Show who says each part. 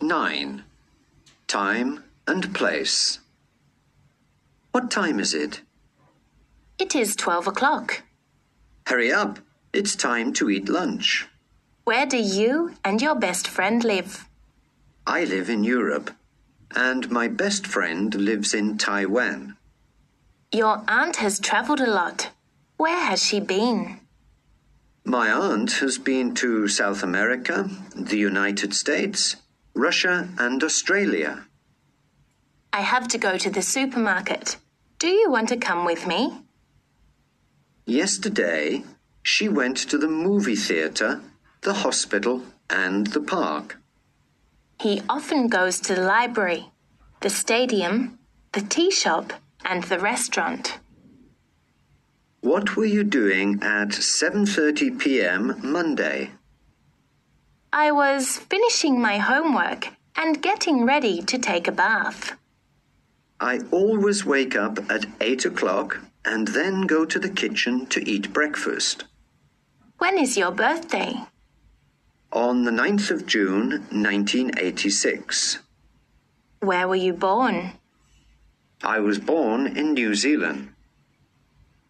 Speaker 1: 9. Time and place. What time is it?
Speaker 2: It is 12 o'clock.
Speaker 1: Hurry up. It's time to eat lunch.
Speaker 2: Where do you and your best friend live?
Speaker 1: I live in Europe, and my best friend lives in Taiwan.
Speaker 2: Your aunt has traveled a lot. Where has she been?
Speaker 1: My aunt has been to South America, the United States, Russia, and Australia.
Speaker 2: I have to go to the supermarket. Do you want to come with me?
Speaker 1: Yesterday, she went to the movie theater, the hospital, and the park.
Speaker 2: He often goes to the library, the stadium, the tea shop, and the restaurant.
Speaker 1: What were you doing at 7:30 p.m. Monday?
Speaker 2: I was finishing my homework and getting ready to take a bath.
Speaker 1: I always wake up at 8 o'clock and then go to the kitchen to eat breakfast.
Speaker 2: When is your birthday?
Speaker 1: On the 9th of June 1986,
Speaker 2: Where were you born?
Speaker 1: I was born in New Zealand.